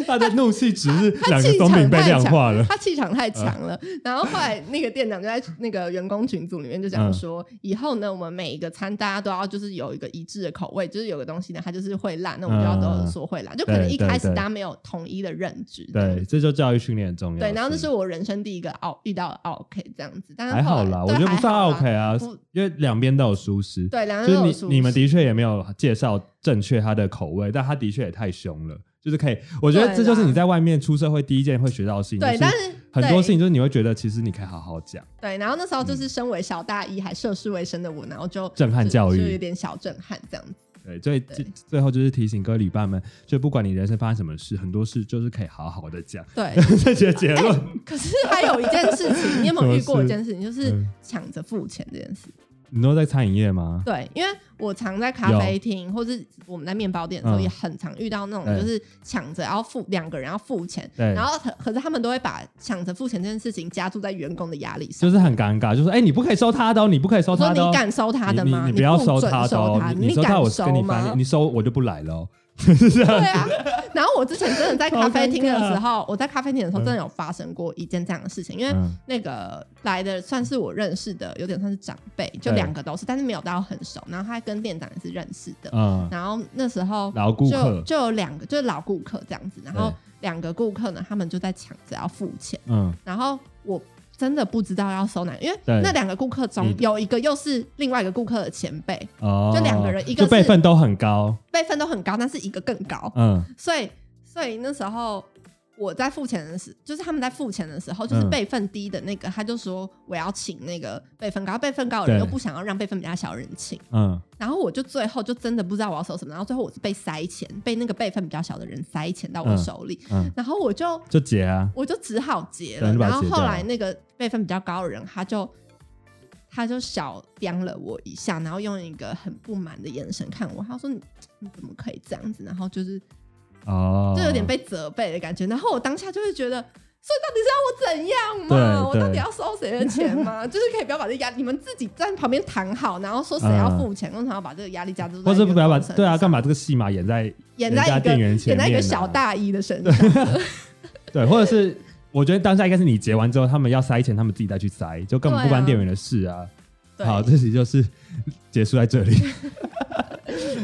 他的怒气值是 *laughs* 他两个气松饼场被太量强，化了。嗯他气场太强了。然后后来那个店长就在那个员工群组里面就嗯讲说，以后呢，我们每一个餐大家都要就是有一个一致的口味，就是有个东西呢，它就是会辣，那我们就要都说会辣，就可能一开始对大家没有统一的认知。嗯对，。这就教育训练的重要性。对，然后那是我人生第一个奥遇到的 OK 这样子，但是还后来好啦，我对觉得不还算好啦 OK 啊不，因为两边都有舒适。对，两个人都就有是素你你们食的确也没有介绍正确他的口味，但他的确也太凶了，就是可以，我觉得对这就是啦你在外面出社会第一件会学到的事情。对，就但是是很多对事情就是你会觉得其实你可以好好讲，对，然后那时候就是身为小大一还涉世未深的我，然后就震撼就教育就有点小震撼这样子。对，所以最最后就是提醒各位旅伴们，就不管你人生发生什么事，很多事就是可以好好的讲，对，这些结论。可是还有一件事情，你有没有遇什么过事一件事情，就是嗯抢着付钱这件事？你都在餐饮业吗？ *laughs* 对，因为我常在咖啡厅或是我们在面包店的时候，嗯也很常遇到那种对就是抢着要付两个人要付钱，对然后可可是他们都会把抢着付钱这件事情加注在员工的压力上，就是很尴尬，就是哎、你不可以收他的哦，你不可以收我说他你的、哦，敢收他的你吗？你不要收收他的、哦，他，你收敢他我收跟你翻吗脸，？你收我就不来了、哦，就是这样 *laughs* 对。啊，然后我之前真 *laughs* 的在咖啡厅的时候，我在咖啡厅的时候真的有发生过一件这样的事情，因为嗯那个来的算是我认识的，有点算是长辈，就对两个都是，但是没有到很熟。然后他跟店长也是认识的，嗯，然后那时候老顾就客，就有两个就是老顾客这样子，然后对两个顾客呢，他们就在抢着要付钱，嗯，然后我。真的不知道要收哪，因为对嗯那两个顾客中你有一个又是另外一个顾客的前辈，哦，就两个人一个就是辈分都很高，辈分都很高，但是一个更高，嗯所以所以那时候我在付钱的时，就是他们在付钱的时候，就是嗯辈分低的那个，他就说我要请那个辈分高，辈分高的人对又不想要让辈分比较小的人请，嗯，然后我就最后就真的不知道我要收什么，然后最后我是被塞钱，被那个辈分比较小的人塞钱到我嗯手里，嗯然后我就就结啊，我就只好结对了，你把然它后结掉后来那个辈分比较高的人他就。他就小刁了我一下，然后用一个很不满的眼神看我，他说你：“你怎么可以这样子？”然后就是哦，就有点被责备的感觉。然后我当下就会觉得，所以到底是要我怎样嘛？对我对到底要收谁的钱吗？就是可以不要把这压，你们自己在旁边谈好，然后说谁要付钱，为什么要把这个压力加注在 *laughs* 或员工者身上？不要把对啊，干嘛这个戏码演在演人在家一个店员前演在一个面小啊大一的身上？对，或者是我觉得当下应该是你结完之后，他们要塞钱，他们自己再去塞，就根本对不关啊店员的事啊。对 *laughs* 好，这集就是结束在 *laughs* 这里。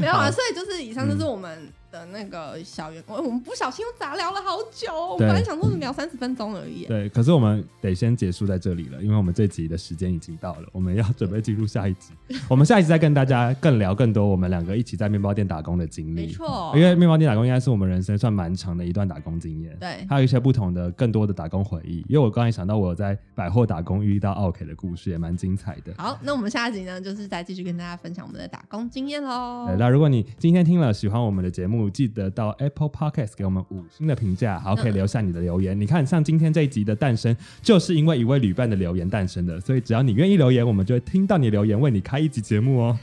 没有啊，好所以就是以上就是我们的那个小员工，我们不小心又杂聊了好久哦，我对本来想说是聊三十分钟而已。对，可是我们得先结束在这里了，因为我们这集的时间已经到了，我们要准备进入下一集。我们下一集再跟大家更聊更多我们两个一起在面包店打工的经历。没错因为面包店打工应该是我们人生算蛮长的一段打工经验。对还有一些不同的、更多的打工回忆。因为我刚才想到，我有在百货打工遇到奥 K 的故事，也蛮精彩的。好，那我们下一集呢，就是再继续跟大家分享我们的打工经验喽对，。那如果你今天听了喜欢我们的节目，记得到 Apple Podcast 给我们五星的评价，好，可以留下你的留言。你看，像今天这一集的诞生，就是因为一位旅伴的留言诞生的，所以只要你愿意留言，我们就会听到你的留言，为你开一集节目哦。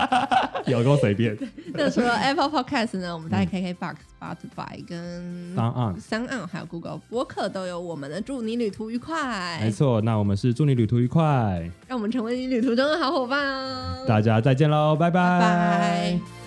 *laughs* 有够随便， *laughs* 那除了 Apple Podcast 呢，我们在 KKBox、Spotify 跟当案。三岸还有 Google 播客都有我们的“祝你旅途愉没快错，那我们是祝你旅途愉快，”，让我们成为你旅途中的好伙伴哦。大家再见喽，拜拜拜